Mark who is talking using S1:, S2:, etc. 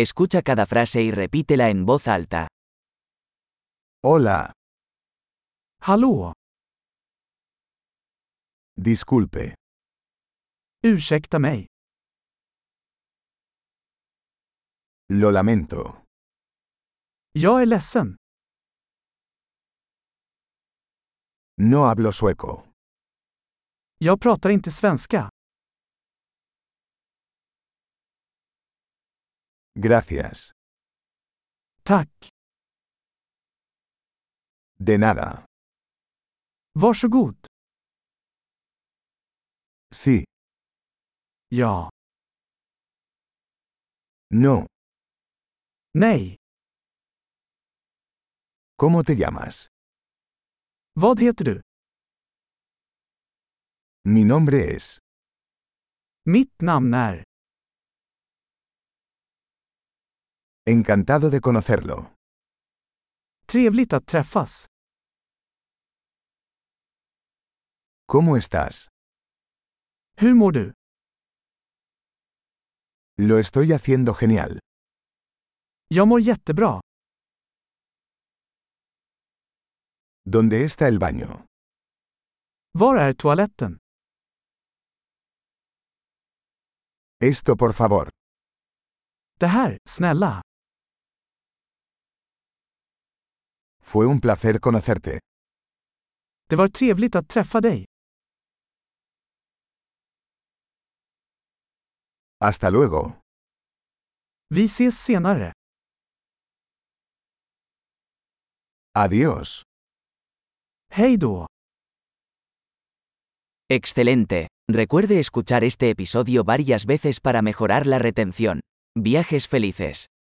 S1: Escucha cada frase y repítela en voz alta.
S2: Hola,
S3: Hallå!
S2: disculpe,
S3: Ursäkta mig.
S2: lo lamento.
S3: Jag är ledsen.
S2: No hablo sueco.
S3: Jag pratar inte svenska.
S2: Gracias.
S3: Tack.
S2: De nada.
S3: Varsågod.
S2: Sí,
S3: Ja.
S2: no.
S3: Nej.
S2: ¿Cómo te llamas?
S3: Vad heter du?
S2: Mi nombre es.
S3: Mitt namn är.
S2: Encantado de conocerlo.
S3: Trevligt att träffas.
S2: ¿Cómo estás?
S3: Hur mår du?
S2: Lo estoy haciendo genial.
S3: Jag mår jättebra.
S2: ¿Dónde está el baño?
S3: Var är toaletten?
S2: Esto, por favor.
S3: Det här, snälla.
S2: Fue un placer conocerte.
S3: Det var trevligt att träffa dig.
S2: Hasta luego.
S3: Vi ses senare.
S2: Adiós.
S3: Hej då!
S1: Excelente. Recuerde escuchar este episodio varias veces para mejorar la retención. Viajes felices.